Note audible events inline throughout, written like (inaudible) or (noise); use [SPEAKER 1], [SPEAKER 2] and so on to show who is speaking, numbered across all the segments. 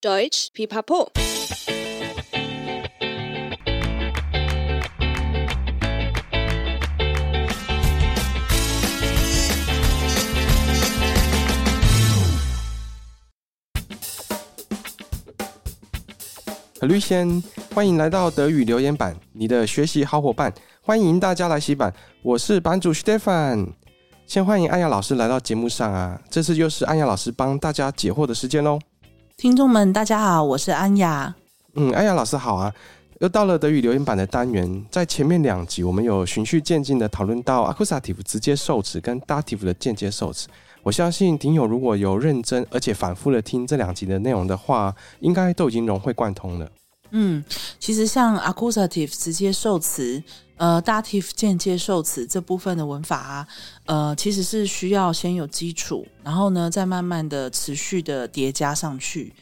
[SPEAKER 1] Deutsch Pipapo。
[SPEAKER 2] Hallöchen，欢迎来到德语留言板，你的学习好伙伴。欢迎大家来洗版，我是版主 Stefan。先欢迎安雅老师来到节目上啊，这次又是安雅老师帮大家解惑的时间喽。哦
[SPEAKER 3] 听众们，大家好，我是安雅。
[SPEAKER 2] 嗯，安雅老师好啊，又到了德语留言板的单元。在前面两集，我们有循序渐进的讨论到 accusative 直接受词跟 dative 的间接受词。我相信听友如果有认真而且反复的听这两集的内容的话，应该都已经融会贯通了。
[SPEAKER 3] 嗯，其实像 accusative 直接受词，呃，dative 间接受词这部分的文法啊，呃，其实是需要先有基础，然后呢，再慢慢的持续的叠加上去。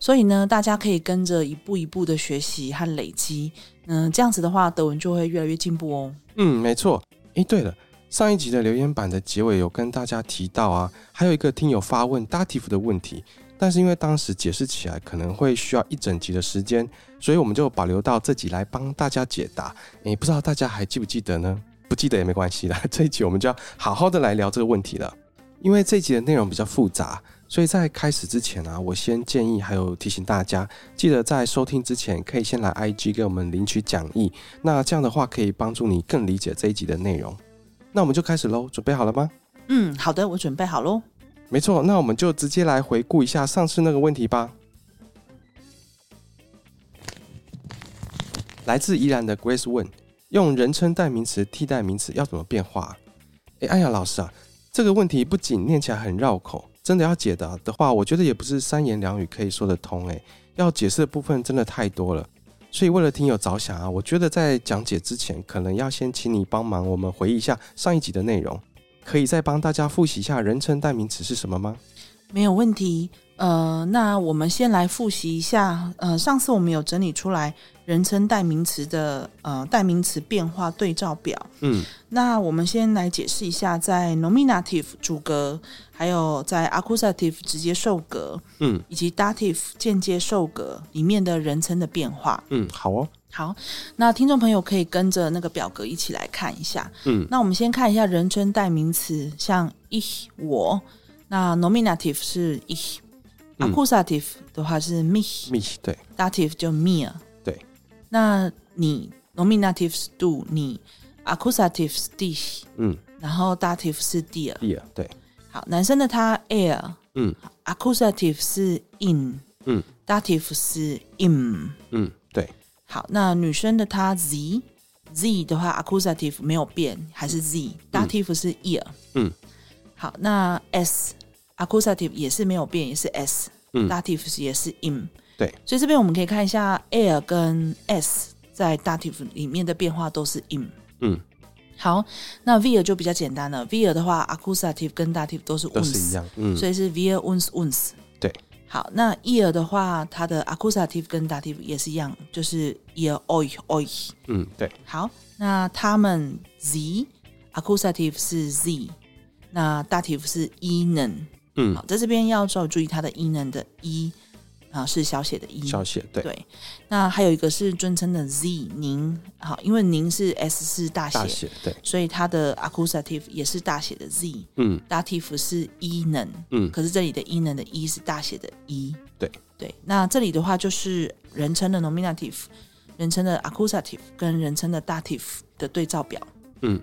[SPEAKER 3] 所以呢，大家可以跟着一步一步的学习和累积，嗯、这样子的话，德文就会越来越进步哦。
[SPEAKER 2] 嗯，没错。诶，对了，上一集的留言板的结尾有跟大家提到啊，还有一个听友发问 dative 的问题，但是因为当时解释起来可能会需要一整集的时间，所以我们就保留到这集来帮大家解答。诶，不知道大家还记不记得呢？不记得也没关系啦， (laughs) 这一集我们就要好好的来聊这个问题了。因为这一集的内容比较复杂，所以在开始之前啊，我先建议还有提醒大家，记得在收听之前可以先来 IG 给我们领取讲义，那这样的话可以帮助你更理解这一集的内容。那我们就开始喽，准备好了吗？
[SPEAKER 3] 嗯，好的，我准备好喽。
[SPEAKER 2] 没错，那我们就直接来回顾一下上次那个问题吧。来自宜兰的 Grace 问：用人称代名词替代名词要怎么变化？诶，安雅老师啊，这个问题不仅念起来很绕口，真的要解答的话，我觉得也不是三言两语可以说得通。诶，要解释的部分真的太多了。所以为了听友着想啊，我觉得在讲解之前，可能要先请你帮忙我们回忆一下上一集的内容。可以再帮大家复习一下人称代名词是什么吗？
[SPEAKER 3] 没有问题。呃，那我们先来复习一下。呃，上次我们有整理出来人称代名词的呃代名词变化对照表。
[SPEAKER 2] 嗯，
[SPEAKER 3] 那我们先来解释一下，在 nominative 主格，还有在 accusative 直接受格，
[SPEAKER 2] 嗯，
[SPEAKER 3] 以及 dative 间接受格里面的人称的变化。
[SPEAKER 2] 嗯，好哦。
[SPEAKER 3] 好，那听众朋友可以跟着那个表格一起来看一下。
[SPEAKER 2] 嗯，
[SPEAKER 3] 那我们先看一下人称代名词，像 ich 我，那 nominative 是 ich，accusative、
[SPEAKER 2] 嗯
[SPEAKER 3] accusative 的话是 mich，dative
[SPEAKER 2] mich 对，
[SPEAKER 3] 就 mir。
[SPEAKER 2] 对，
[SPEAKER 3] 那你 nominative 是 du，你 accusative 是 dich，
[SPEAKER 2] 嗯
[SPEAKER 3] 然后 dative 是 dir。
[SPEAKER 2] ，ear 对，
[SPEAKER 3] 好，男生的他 er，
[SPEAKER 2] 嗯
[SPEAKER 3] ，accusative 是 in，
[SPEAKER 2] 嗯
[SPEAKER 3] ，dative 是 im。
[SPEAKER 2] 嗯对，
[SPEAKER 3] 好，那女生的她 z z 的话，accusative 没有变，还是 z dative 是 ear。
[SPEAKER 2] 嗯，
[SPEAKER 3] 好，那 s accusative 也是没有变，也是 s、
[SPEAKER 2] 嗯
[SPEAKER 3] dative 是也是 im。
[SPEAKER 2] 对，
[SPEAKER 3] 所以这边我们可以看一下 air 跟 s 在 dative 里面的变化都是 im。
[SPEAKER 2] 嗯
[SPEAKER 3] 好，那 vir 就比较简单了，vir 的话，accusative 跟 dative 都是 uns，
[SPEAKER 2] 都是一样，嗯
[SPEAKER 3] 所以是 vir uns uns。
[SPEAKER 2] 对，
[SPEAKER 3] 好，那 ear 的话，它的 accusative 跟 dative 也是一样，就是 ear oi oi。
[SPEAKER 2] 嗯对，
[SPEAKER 3] 好，那他们 z accusative 是 z，那 dative 是 enen。
[SPEAKER 2] 嗯
[SPEAKER 3] 好，在这边要稍微注意它的 enen 的 e 啊是小写的 e。
[SPEAKER 2] 小写对，
[SPEAKER 3] 对，那还有一个是尊称的 z 您，好，因为您是 s 是大写，
[SPEAKER 2] 大写对，
[SPEAKER 3] 所以它的 accusative 也是大写的 z。
[SPEAKER 2] 嗯
[SPEAKER 3] dative 是 e 能，
[SPEAKER 2] 嗯
[SPEAKER 3] 可是这里的 e 能的 e 是大写的 e。
[SPEAKER 2] 对
[SPEAKER 3] 对，那这里的话就是人称的 nominative、人称的 accusative 跟人称的 dative 的对照表。
[SPEAKER 2] 嗯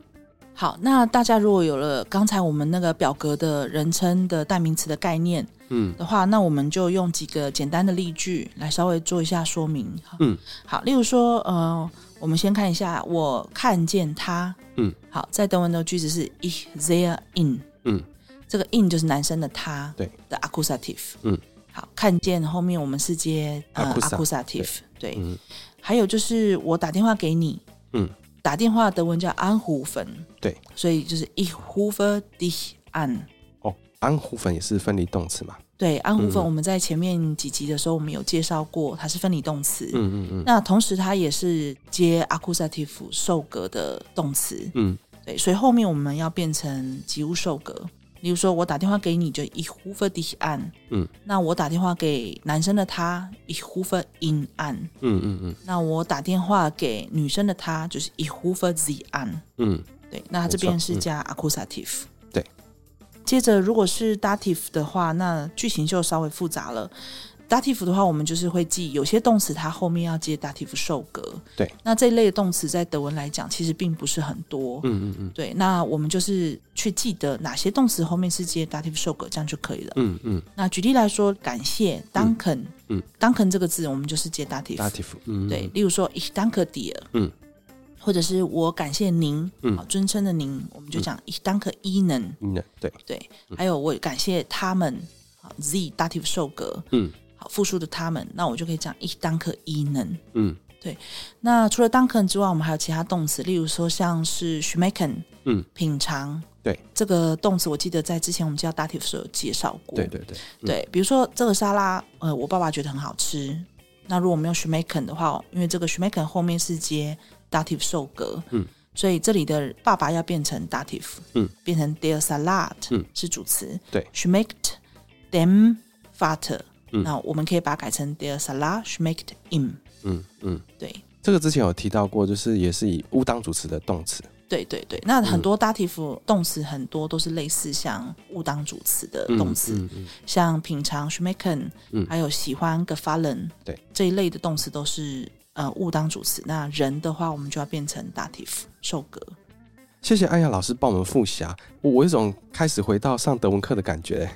[SPEAKER 3] 好，那大家如果有了刚才我们那个表格的人称的代名词的概念
[SPEAKER 2] 嗯
[SPEAKER 3] 的话，那我们就用几个简单的例句来稍微做一下说明。
[SPEAKER 2] 嗯，
[SPEAKER 3] 好，例如说，呃，我们先看一下，我看见他。
[SPEAKER 2] 嗯，
[SPEAKER 3] 好，在德文的句子是 ich sehe ihn。
[SPEAKER 2] 嗯
[SPEAKER 3] 这个 in 就是男生的他，
[SPEAKER 2] 对
[SPEAKER 3] 的 accusative，
[SPEAKER 2] 嗯，
[SPEAKER 3] 好，看见后面我们是接呃
[SPEAKER 2] Accusa，
[SPEAKER 3] accusative，对，
[SPEAKER 2] 嗯
[SPEAKER 3] 还有就是我打电话给你，
[SPEAKER 2] 嗯，
[SPEAKER 3] 打电话德文叫 anrufen，
[SPEAKER 2] 对，
[SPEAKER 3] 所以就是 ich rufe dich an，
[SPEAKER 2] 哦，安胡粉也是分离动词嘛，
[SPEAKER 3] 对，anrufen
[SPEAKER 2] 嗯
[SPEAKER 3] 我们在前面几集的时候我们有介绍过，它是分离动词，
[SPEAKER 2] 嗯嗯嗯
[SPEAKER 3] 那同时它也是接 accusative 受格的动词，
[SPEAKER 2] 嗯
[SPEAKER 3] 对，所以后面我们要变成及物受格，例如说，我打电话给你就 ich rufe dich an，
[SPEAKER 2] 嗯，
[SPEAKER 3] 那我打电话给男生的他 ich rufe ihn an，
[SPEAKER 2] 嗯嗯嗯
[SPEAKER 3] 那我打电话给女生的她就是 ich rufe sie an。
[SPEAKER 2] 嗯，
[SPEAKER 3] 对，那它这
[SPEAKER 2] 没
[SPEAKER 3] 边
[SPEAKER 2] 错嗯
[SPEAKER 3] 是加 accusative。
[SPEAKER 2] 对。
[SPEAKER 3] 接着，如果是 dative 的话，那句型就稍微复杂了。dative 的话，我们就是会记有些动词它后面要接 dative 受格。
[SPEAKER 2] 对。
[SPEAKER 3] 那这一类的动词在德文来讲，其实并不是很多。
[SPEAKER 2] 嗯嗯嗯
[SPEAKER 3] 对，那我们就是去记得哪些动词后面是接 dative 受格，这样就可以了。
[SPEAKER 2] 嗯嗯
[SPEAKER 3] 那举例来说，感谢 Duncan，
[SPEAKER 2] 嗯
[SPEAKER 3] ，Duncan 这个字我们就是接 dative。
[SPEAKER 2] ，dative，嗯，
[SPEAKER 3] 对，，例如说 ich danke dir，
[SPEAKER 2] 嗯，
[SPEAKER 3] 或者是我感谢您，
[SPEAKER 2] 嗯
[SPEAKER 3] 好尊称的您，我们就讲 ich danke ihnen，
[SPEAKER 2] 嗯，对，
[SPEAKER 3] 对，还有我感谢他们，啊好 z 大 t i 受格，
[SPEAKER 2] 嗯
[SPEAKER 3] 好复数的他们，那我就可以讲 ich danke ihnen。
[SPEAKER 2] 嗯
[SPEAKER 3] 那除了 danken 之外，我们还有其他动词，例如说像是 schmecken，
[SPEAKER 2] 嗯，
[SPEAKER 3] 品尝，
[SPEAKER 2] 对，
[SPEAKER 3] 这个动词我记得在之前我们教 dative 时候有介绍过，
[SPEAKER 2] 对对对，嗯
[SPEAKER 3] 对，比如说这个沙拉，呃，我爸爸觉得很好吃。那如果没有 Schmecken 的话，因为这个 Schmecken 后面是接 dative 受格，
[SPEAKER 2] 嗯，
[SPEAKER 3] 所以这里的爸爸要变成 dative，
[SPEAKER 2] 嗯，
[SPEAKER 3] 变成 der Salat，
[SPEAKER 2] 嗯，
[SPEAKER 3] 是主词，
[SPEAKER 2] 对
[SPEAKER 3] ，Schmeckt dem Vater，
[SPEAKER 2] 嗯
[SPEAKER 3] 那我们可以把它改成 der Salat schmeckt ihm，
[SPEAKER 2] 嗯嗯，
[SPEAKER 3] 对。
[SPEAKER 2] 这个之前有提到过，就是也是以物当主词的动词，
[SPEAKER 3] 对对对，那很多 dative 动词很多都是类似像物当主词的动词，
[SPEAKER 2] 嗯嗯
[SPEAKER 3] 像品尝 schmecken，、
[SPEAKER 2] 嗯
[SPEAKER 3] 还有喜欢 gefallen，
[SPEAKER 2] 对
[SPEAKER 3] 这一类的动词都是呃物当主词。那人的话，我们就要变成 dative 受格。
[SPEAKER 2] 谢谢安雅老师帮我们复习啊，我我有一种开始回到上德文课的感觉。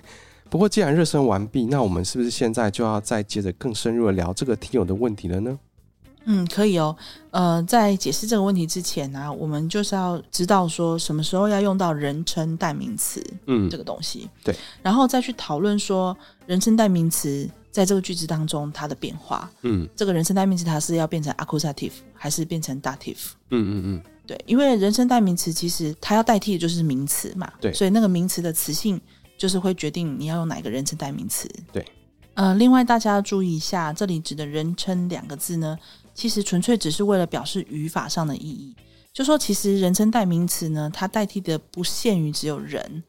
[SPEAKER 2] 不过既然热身完毕，那我们是不是现在就要再接着更深入的聊这个听友的问题了呢？
[SPEAKER 3] 嗯，可以哦。呃，在解释这个问题之前呢、我们就是要知道说什么时候要用到人称代名词
[SPEAKER 2] 嗯
[SPEAKER 3] 这，个东西，
[SPEAKER 2] 对，
[SPEAKER 3] 然后再去讨论说人称代名词在这个句子当中它的变化。
[SPEAKER 2] 嗯
[SPEAKER 3] 这个人称代名词它是要变成 accusative 还是变成 dative？
[SPEAKER 2] 嗯嗯嗯，
[SPEAKER 3] 对，因为人称代名词其实它要代替的就是名词嘛，
[SPEAKER 2] 对
[SPEAKER 3] 所以那个名词的词性就是会决定你要用哪一个人称代名词。
[SPEAKER 2] 对，
[SPEAKER 3] 呃，另外大家要注意一下，这里指的人称两个字呢，其实纯粹只是为了表示语法上的意义，就说其实人称代名词呢，它代替的不限于只有人。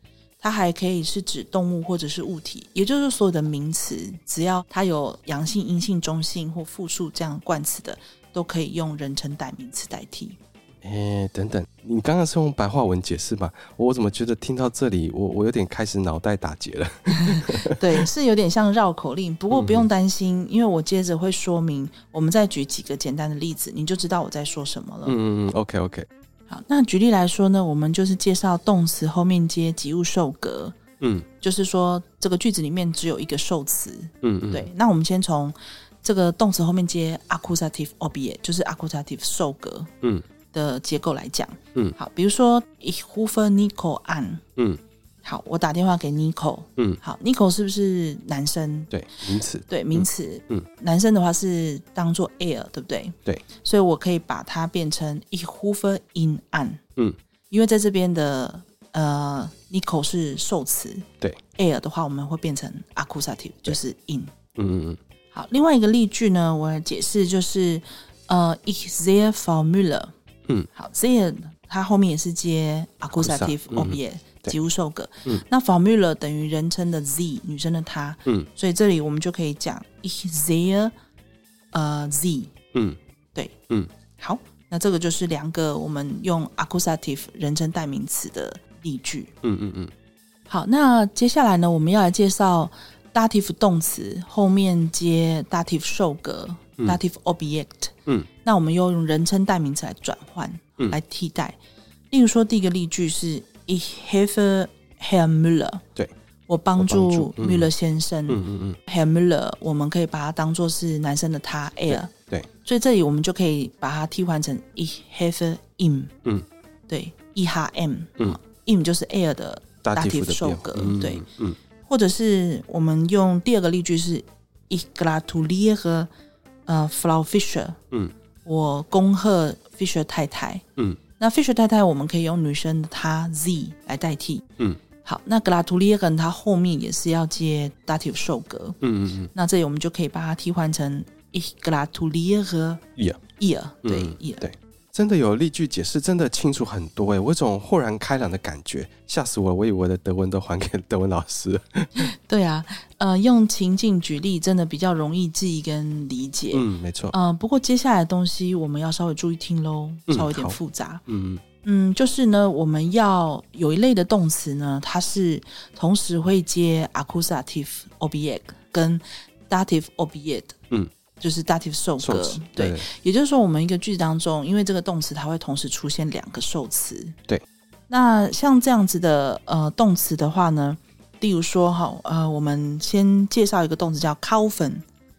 [SPEAKER 3] 它还可以是指动物或者是物体，也就是所有的名词，只要它有阳性、阴性、中性或复数这样冠词的，都可以用人称代名词代替。
[SPEAKER 2] 哎，等等，你刚刚是用白话文解释吧？我怎么觉得听到这里，我我有点开始脑袋打结了。
[SPEAKER 3] 对，是有点像绕口令，不过不
[SPEAKER 2] 嗯
[SPEAKER 3] 用担心，因为我接着会说明，我们再举几个简单的例子，你就知道我在说什么了。
[SPEAKER 2] 嗯嗯嗯，OK (laughs) OK，
[SPEAKER 3] 好，那举例来说呢，我们就是介绍动词后面接及物受格，
[SPEAKER 2] 嗯
[SPEAKER 3] 就是说这个句子里面只有一个受词。
[SPEAKER 2] 嗯嗯，
[SPEAKER 3] 对，，那我们先从这个动词后面接 accusative obie，就是 accusative 受格
[SPEAKER 2] 嗯
[SPEAKER 3] 的结构来讲。
[SPEAKER 2] 嗯，
[SPEAKER 3] 好，比如说 ich rufe Nico an。
[SPEAKER 2] 嗯
[SPEAKER 3] 好，我打电话给 Nico。
[SPEAKER 2] 嗯，
[SPEAKER 3] 好，Nico 是不是男生？
[SPEAKER 2] 对，名词，
[SPEAKER 3] 对，名词，
[SPEAKER 2] 嗯
[SPEAKER 3] 男生的话是当做 air，对不对？
[SPEAKER 2] 对，
[SPEAKER 3] 所以我可以把它变成 ich rufe in an，
[SPEAKER 2] 嗯，
[SPEAKER 3] 因为在这边的呃 Nico 是受词，
[SPEAKER 2] 对
[SPEAKER 3] ，air 的话我们会变成 accusative，就是 in。
[SPEAKER 2] 嗯嗯
[SPEAKER 3] 好，另外一个例句呢，我的解释就是呃 ich sehe Frau Müller，
[SPEAKER 2] 嗯，
[SPEAKER 3] 好，sehe 它后面也是接 accusative
[SPEAKER 2] Accusa- 嗯
[SPEAKER 3] obie。
[SPEAKER 2] 对
[SPEAKER 3] 及物受格，
[SPEAKER 2] 嗯
[SPEAKER 3] 那 Frau Müller 等于人称的 Z，女生的她，
[SPEAKER 2] 嗯
[SPEAKER 3] 所以这里我们就可以讲 ich sehe，呃 z。
[SPEAKER 2] 嗯
[SPEAKER 3] 好，那这个就是两个我们用 accusative 人称代名词的例句。
[SPEAKER 2] 嗯嗯嗯
[SPEAKER 3] 好，那接下来呢，我们要来介绍 dative 动词后面接 dative 受格、dative object。
[SPEAKER 2] 嗯，
[SPEAKER 3] 那我们又用人称代名词来转换，
[SPEAKER 2] 嗯
[SPEAKER 3] 来替代。例如说，第一个例句是 ich helfe Herrn Müller。
[SPEAKER 2] 对。
[SPEAKER 3] 我帮助
[SPEAKER 2] 我帮助嗯
[SPEAKER 3] Müller 先生、
[SPEAKER 2] 嗯嗯嗯，
[SPEAKER 3] h e r r Müller，我们可以把它当做是男生的他 Air，
[SPEAKER 2] 对，
[SPEAKER 3] 所以这里我们就可以把它替换成 ich have im，
[SPEAKER 2] 嗯，
[SPEAKER 3] 对，i h m，
[SPEAKER 2] 嗯
[SPEAKER 3] 嗯，im 就是 air 的，
[SPEAKER 2] 大
[SPEAKER 3] Dative
[SPEAKER 2] 的
[SPEAKER 3] 受
[SPEAKER 2] 变化
[SPEAKER 3] 格
[SPEAKER 2] 嗯
[SPEAKER 3] 对
[SPEAKER 2] 嗯
[SPEAKER 3] 或者是我们用第二个例句是 ich gratuliere 呃 Frau Fisher，
[SPEAKER 2] 嗯
[SPEAKER 3] 我恭贺 Fisher 太太，
[SPEAKER 2] 嗯
[SPEAKER 3] 那 Fisher 太太我们可以用女生的她 z 来代替，
[SPEAKER 2] 嗯
[SPEAKER 3] 好，那 gratuliere 它后面也是要接 dative 受格，
[SPEAKER 2] 嗯嗯
[SPEAKER 3] 那这里我们就可以把它替换成 ich gratuliere
[SPEAKER 2] ，yeah，
[SPEAKER 3] ihr，
[SPEAKER 2] 嗯
[SPEAKER 3] 对 ihr，
[SPEAKER 2] 对，真的有例句解释，真的清楚很多诶，欸我有种豁然开朗的感觉，吓死我了！我以为我的德文都还给德文老师了。
[SPEAKER 3] 对啊，呃，用情境举例真的比较容易记忆跟理解。嗯、
[SPEAKER 2] 嗯，没错，
[SPEAKER 3] 不过接下来的东西我们要稍微注意听喽，
[SPEAKER 2] 嗯
[SPEAKER 3] 稍微有点
[SPEAKER 2] 好
[SPEAKER 3] 复杂。
[SPEAKER 2] 嗯
[SPEAKER 3] 嗯，就是呢，我们要有一类的动词呢，它是同时会接 accusative object 跟 dative object，
[SPEAKER 2] 嗯，
[SPEAKER 3] 就是 dative 受
[SPEAKER 2] 受
[SPEAKER 3] 格
[SPEAKER 2] 词，
[SPEAKER 3] 对，也就是说，我们一个句子当中，因为这个动词它会同时出现两个受词。
[SPEAKER 2] 对。
[SPEAKER 3] 那像这样子的呃动词的话呢，例如说哈呃，我们先介绍一个动词叫 “kaufen”。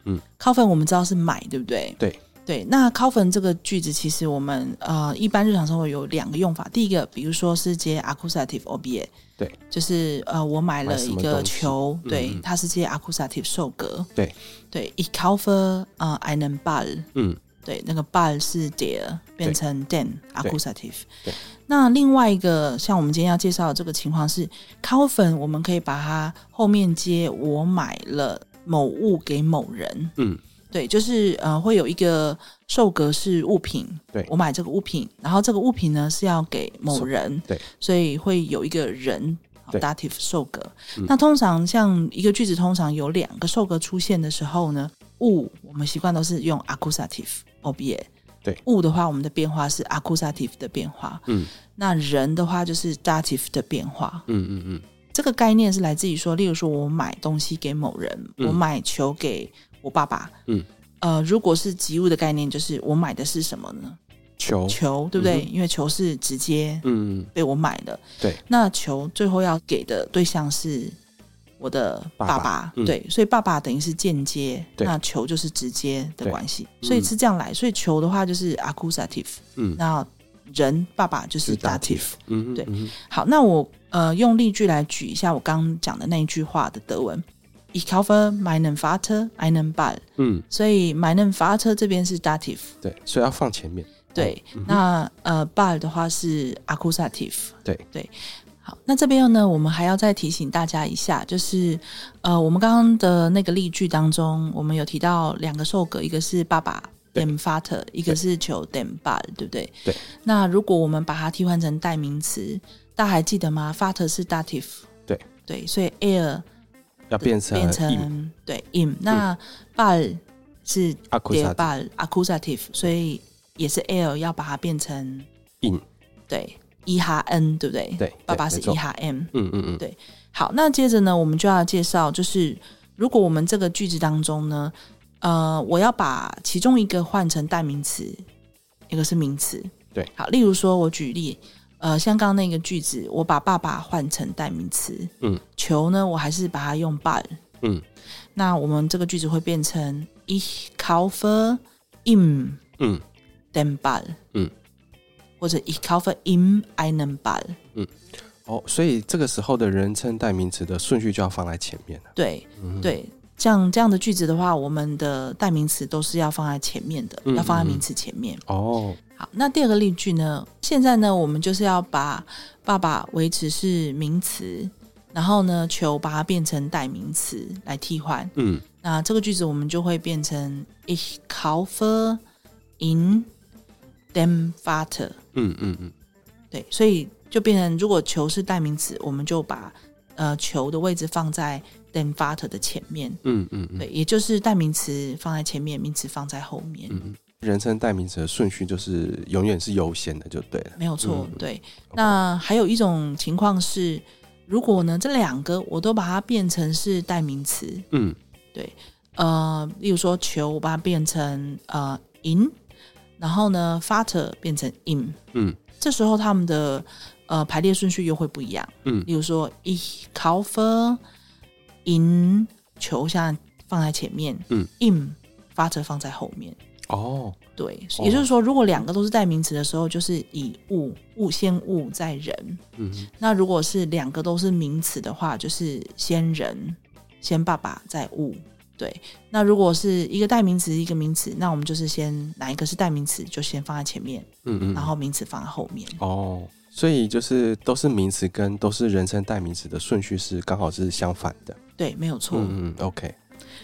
[SPEAKER 2] 嗯
[SPEAKER 3] ，kaufen 我们知道是买，对不对？
[SPEAKER 2] 对。
[SPEAKER 3] 对，那 “kaufen” 这个句子其实我们呃一般日常生活有两个用法，第一个比如说是接 accusative obie，
[SPEAKER 2] 对，
[SPEAKER 3] 就是呃我买
[SPEAKER 2] 买
[SPEAKER 3] 了
[SPEAKER 2] 什
[SPEAKER 3] 一
[SPEAKER 2] 么
[SPEAKER 3] 个
[SPEAKER 2] 东西
[SPEAKER 3] 球，对
[SPEAKER 2] 嗯，嗯
[SPEAKER 3] 它是接 accusative 受格，
[SPEAKER 2] 对
[SPEAKER 3] 对，ich kaufe 啊、呃、einen Ball。
[SPEAKER 2] 嗯
[SPEAKER 3] 对，那个 bal 是 der 变成 den
[SPEAKER 2] 对
[SPEAKER 3] accusative
[SPEAKER 2] 对。
[SPEAKER 3] 那另外一个像我们今天要介绍的这个情况是 c a u f e n 我们可以把它后面接我买了某物给某人。
[SPEAKER 2] 嗯，
[SPEAKER 3] 对，就是呃会有一个受格是物品，
[SPEAKER 2] 对
[SPEAKER 3] 我买这个物品，然后这个物品呢是要给某
[SPEAKER 2] 受
[SPEAKER 3] 人，
[SPEAKER 2] 对，
[SPEAKER 3] 所以会有一个人。哦
[SPEAKER 2] 对
[SPEAKER 3] dative 受格，
[SPEAKER 2] 嗯
[SPEAKER 3] 那通常像一个句子通常有两个受格出现的时候呢，物我们习惯都是用 accusative obie。
[SPEAKER 2] 对，
[SPEAKER 3] 物的话，我们的变化是 accusative 的变化。
[SPEAKER 2] 嗯，
[SPEAKER 3] 那人的话就是 dative 的变化。
[SPEAKER 2] 嗯嗯嗯，
[SPEAKER 3] 这个概念是来自于说，例如说我买东西给某人，
[SPEAKER 2] 嗯
[SPEAKER 3] 我买球给我爸爸。
[SPEAKER 2] 嗯，
[SPEAKER 3] 呃，如果是及物的概念，就是我买的是什么呢？
[SPEAKER 2] 球，
[SPEAKER 3] 球，对不对？因为球是直接
[SPEAKER 2] 嗯
[SPEAKER 3] 被我买的。
[SPEAKER 2] 对，
[SPEAKER 3] 那球最后要给的对象是我的爸
[SPEAKER 2] 爸爸嗯
[SPEAKER 3] 对，所以爸爸等于是间接，
[SPEAKER 2] 对
[SPEAKER 3] 那球就是直接的
[SPEAKER 2] 对
[SPEAKER 3] 关系，所以是这样来。所以球的话就是 accusative，
[SPEAKER 2] 嗯
[SPEAKER 3] 那人爸爸就是
[SPEAKER 2] 是
[SPEAKER 3] dative。
[SPEAKER 2] 嗯，
[SPEAKER 3] 对
[SPEAKER 2] 嗯
[SPEAKER 3] 好，那我呃用例句来举一下我刚刚讲的那一句话的德文。Ich kaufe meinen Vater einen Ball，
[SPEAKER 2] 嗯，
[SPEAKER 3] 所以 meinen Vater 这边是 dative，
[SPEAKER 2] 对，所以要放前面。
[SPEAKER 3] 对，
[SPEAKER 2] 嗯哼
[SPEAKER 3] 那呃，bar 的话是 accusative。
[SPEAKER 2] 对
[SPEAKER 3] 对，好，那这边呢，我们还要再提醒大家一下，就是呃，我们刚刚的那个例句当中，我们有提到两个受格，一个是爸爸。
[SPEAKER 2] 对
[SPEAKER 3] dem father，一个是求 dem bar，对不对？
[SPEAKER 2] 对。
[SPEAKER 3] 那如果我们把它替换成代名词，大家还记得吗？father 是 dative，
[SPEAKER 2] 对
[SPEAKER 3] 对，所以 air
[SPEAKER 2] 要变成
[SPEAKER 3] 变成对 im，那
[SPEAKER 2] 嗯
[SPEAKER 3] bar 是
[SPEAKER 2] a c u
[SPEAKER 3] d
[SPEAKER 2] s
[SPEAKER 3] e
[SPEAKER 2] a t
[SPEAKER 3] b a accusative，所以也是 l 要把它变成
[SPEAKER 2] in
[SPEAKER 3] 对 e h n，对不对？
[SPEAKER 2] 对，
[SPEAKER 3] 爸爸是
[SPEAKER 2] 一
[SPEAKER 3] e，h m。
[SPEAKER 2] 嗯嗯嗯，
[SPEAKER 3] 好，那接着呢，我们就要介绍，就是如果我们这个句子当中呢，呃，我要把其中一个换成代名词，一个是名词。
[SPEAKER 2] 对，
[SPEAKER 3] 好，例如说，我举例，呃，像刚刚那个句子，我把爸爸换成代名词，
[SPEAKER 2] 嗯，
[SPEAKER 3] 球呢，我还是把它用 b u
[SPEAKER 2] 嗯，
[SPEAKER 3] 那我们这个句子会变成 ich kaufe im
[SPEAKER 2] 嗯
[SPEAKER 3] den Ball，
[SPEAKER 2] 嗯，
[SPEAKER 3] 或者 ich kaufe im einen Ball，
[SPEAKER 2] 哦，所以这个时候的人称代名词的顺序就要放在前面了。
[SPEAKER 3] 对、
[SPEAKER 2] 嗯
[SPEAKER 3] 对，像这样的句子的话，我们的代名词都是要放在前面的，
[SPEAKER 2] 嗯
[SPEAKER 3] 要放在
[SPEAKER 2] 嗯
[SPEAKER 3] 名
[SPEAKER 2] 嗯
[SPEAKER 3] 词前面。
[SPEAKER 2] 哦，
[SPEAKER 3] 好，那第二个例句呢？现在呢，我们就是要把爸爸维持是名词，然后呢，球把它变成代名词来替换。
[SPEAKER 2] 嗯
[SPEAKER 3] 那这个句子我们就会变成 ich kaufe in dem Vater。
[SPEAKER 2] 嗯嗯嗯，
[SPEAKER 3] 对，所以就变成如果球是代名词，我们就把呃球的位置放在 den vater 的前面，
[SPEAKER 2] 嗯嗯嗯
[SPEAKER 3] 对，也就是代名词放在前面，名词放在后面，
[SPEAKER 2] 嗯嗯，人称代名词的顺序就是永远是优先的，就对了。
[SPEAKER 3] 没有错。
[SPEAKER 2] 嗯
[SPEAKER 3] 对，
[SPEAKER 2] OK
[SPEAKER 3] 那还有一种情况是，如果呢这两个我都把它变成是代名词，
[SPEAKER 2] 嗯
[SPEAKER 3] 呃，例如说球我把它变成呃 in，然后呢 vater 变成 in，
[SPEAKER 2] 嗯
[SPEAKER 3] 这时候他们的呃排列顺序又会不一样。
[SPEAKER 2] 嗯
[SPEAKER 3] 例如说 ich kaufe in 球像放在前面，
[SPEAKER 2] 嗯
[SPEAKER 3] ，in 发车放在后面。
[SPEAKER 2] 哦，
[SPEAKER 3] 对，
[SPEAKER 2] 哦
[SPEAKER 3] 也就是说，如果两个都是代名词的时候，就是以物物先物再人。
[SPEAKER 2] 嗯
[SPEAKER 3] 那如果是两个都是名词的话，就是先人，先爸爸再物。对，那如果是一个代名词一个名词，那我们就是先哪一个是代名词就先放在前面，
[SPEAKER 2] 嗯嗯，
[SPEAKER 3] 然后名词放在后面。
[SPEAKER 2] 哦，所以就是都是名词跟都是人称代名词的顺序是刚好是相反的。
[SPEAKER 3] 对，没有错。
[SPEAKER 2] 嗯嗯，OK，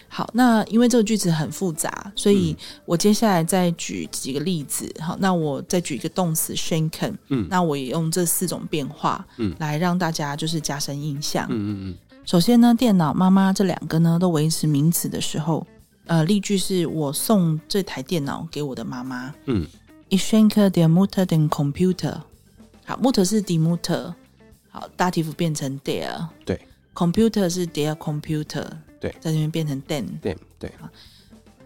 [SPEAKER 3] 好，那因为这个句子很复杂，所以
[SPEAKER 2] 嗯
[SPEAKER 3] 我接下来再举几个例子。好，那我再举一个动词 shaken，
[SPEAKER 2] 嗯
[SPEAKER 3] 那我也用这四种变化，
[SPEAKER 2] 嗯
[SPEAKER 3] 来让大家就是加深印象。
[SPEAKER 2] 嗯嗯
[SPEAKER 3] 首先呢，电脑妈妈这两个呢都维持名词的时候，呃，例句是我送这台电脑给我的妈妈。
[SPEAKER 2] 嗯嗯
[SPEAKER 3] Ich schenke der Mutter den Computer。好，Mutter 是 die Mutter，好，大体符变成 der。
[SPEAKER 2] 对
[SPEAKER 3] ，Computer 是 der Computer。
[SPEAKER 2] 对
[SPEAKER 3] 在这边变成 den。
[SPEAKER 2] 对对，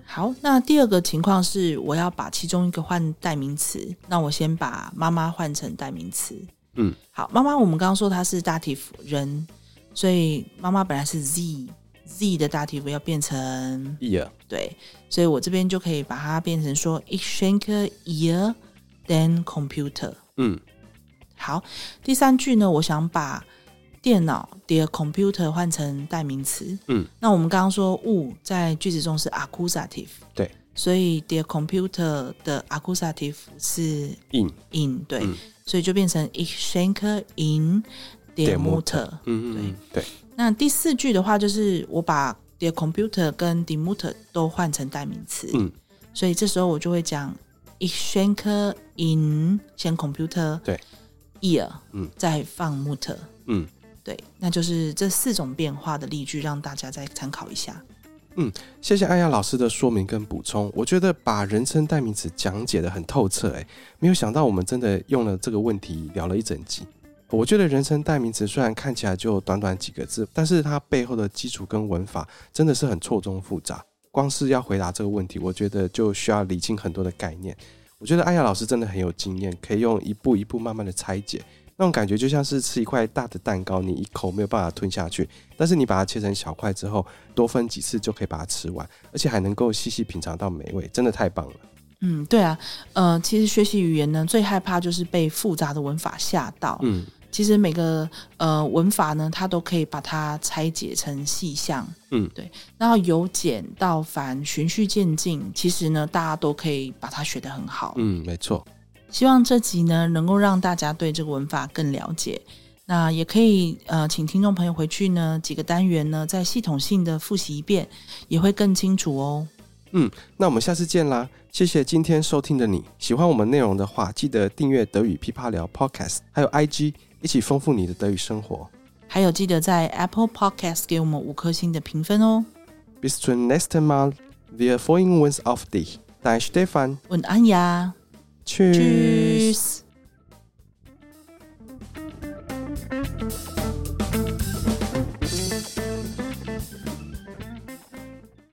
[SPEAKER 3] 好，那第二个情况是，我要把其中一个换代名词，那我先把妈妈换成代名词。
[SPEAKER 2] 嗯，
[SPEAKER 3] 好，妈妈我们刚刚说她是大体夫人，所以妈妈本来是 z z 的大体夫要变成
[SPEAKER 2] 一耳
[SPEAKER 3] 对，所以我这边就可以把它变成说 exchange ear then computer。
[SPEAKER 2] 嗯
[SPEAKER 3] 好，第三句呢，我想把电脑 the computer 换成代名词。
[SPEAKER 2] 嗯，
[SPEAKER 3] 那我们刚刚说物在句子中是 accusative，
[SPEAKER 2] 对，
[SPEAKER 3] 所以 the computer 的 accusative 是
[SPEAKER 2] 硬
[SPEAKER 3] in，对，
[SPEAKER 2] 嗯
[SPEAKER 3] 所以就变成 ich schenke in the
[SPEAKER 2] Der Mutter
[SPEAKER 3] mutter。
[SPEAKER 2] 嗯嗯嗯对
[SPEAKER 3] 那第四句的话，就是我把 the computer 跟 the mutter 都换成代名词，
[SPEAKER 2] 嗯
[SPEAKER 3] 所以这时候我就会讲 ich schenke in 先 computer，
[SPEAKER 2] 对
[SPEAKER 3] ，ear，
[SPEAKER 2] 嗯
[SPEAKER 3] 再放 mutter。
[SPEAKER 2] 嗯
[SPEAKER 3] 对，那就是这四种变化的例句，让大家再参考一下。
[SPEAKER 2] 谢谢艾雅老师的说明跟补充，我觉得把人称代名词讲解的很透彻，哎，没有想到我们真的用了这个问题聊了一整集。我觉得人称代名词虽然看起来就短短几个字，但是它背后的基础跟文法真的是很错综复杂。光是要回答这个问题，我觉得就需要理清很多的概念。我觉得艾雅老师真的很有经验，可以用一步一步慢慢的拆解，那种感觉就像是吃一块大的蛋糕，你一口没有办法吞下去，但是你把它切成小块之后，多分几次就可以把它吃完，而且还能够细细品尝到美味，真的太棒了。
[SPEAKER 3] 嗯，对啊，呃，其实学习语言呢，最害怕就是被复杂的文法吓到。
[SPEAKER 2] 嗯
[SPEAKER 3] 其实每个呃文法呢，它都可以把它拆解成细项，
[SPEAKER 2] 嗯，
[SPEAKER 3] 对。然后由简到繁，循序渐进，其实呢，大家都可以把它学得很好。
[SPEAKER 2] 嗯，没错。
[SPEAKER 3] 希望这集呢，能够让大家对这个文法更了解。那也可以呃，请听众朋友回去呢几个单元呢，再系统性的复习一遍，也会更清楚哦。
[SPEAKER 2] 那我们下次见啦！谢谢今天收听的你，喜欢我们内容的话，记得订阅德语噼啪聊 Podcast，还有 IG，一起丰富你的德语生活。
[SPEAKER 3] 还有记得在 Apple Podcast 给我们五颗星的评分哦。
[SPEAKER 2] Bis zum nächsten Mal, wir freuen uns auf dich. Dein Stefan.
[SPEAKER 3] Und Anja.
[SPEAKER 2] Tschüss.
[SPEAKER 3] Tschüss.